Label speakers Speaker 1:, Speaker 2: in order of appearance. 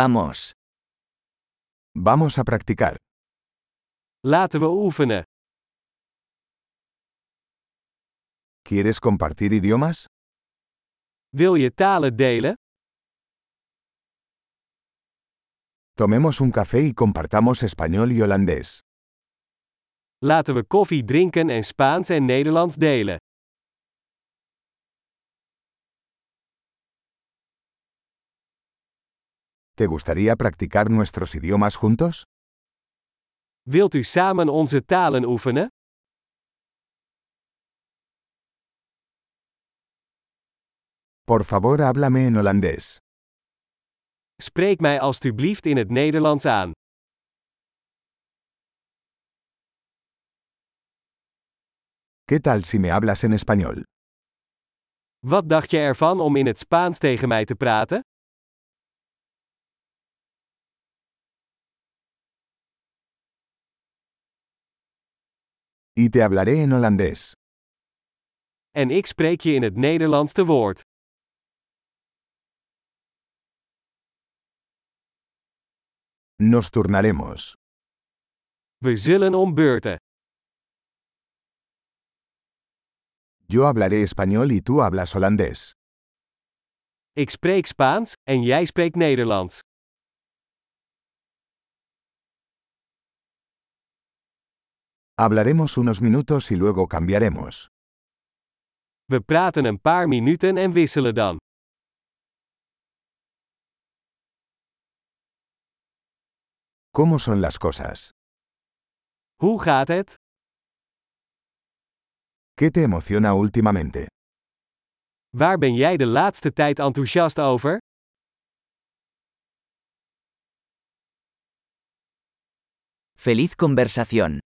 Speaker 1: Vamos.
Speaker 2: Vamos a practicar.
Speaker 3: Laten we oefenen.
Speaker 2: ¿Quieres compartir idiomas?
Speaker 3: Wil je talen delen?
Speaker 2: Tomemos un café y compartamos español y holandés.
Speaker 3: Laten we koffie drinken en Spaans en Nederlands delen.
Speaker 2: ¿Te gustaría practicar nuestros idiomas juntos?
Speaker 3: Wilt u samen onze talen oefenen?
Speaker 2: Por favor, háblame en holandés.
Speaker 3: Spreek mij alstublieft in het Nederlands aan.
Speaker 2: ¿Qué tal si me hablas en español?
Speaker 3: Wat dacht je ervan om in het Spaans tegen mij te praten?
Speaker 2: Y te hablaré en holandés.
Speaker 3: En ik spreek je in het Nederlands te woord.
Speaker 2: Nos turnaremos.
Speaker 3: We zullen om beurten.
Speaker 2: Yo hablaré español y tú hablas holandés.
Speaker 3: Ik spreek Spaans en jij spreekt Nederlands.
Speaker 2: Hablaremos unos minutos y luego cambiaremos.
Speaker 3: We praten een paar minuten en wisselen dan.
Speaker 2: ¿Cómo son las cosas?
Speaker 3: Hoe gaat het?
Speaker 2: ¿Qué te emociona últimamente?
Speaker 3: Waar ben jij de laatste tijd enthousiast over?
Speaker 1: Feliz conversación.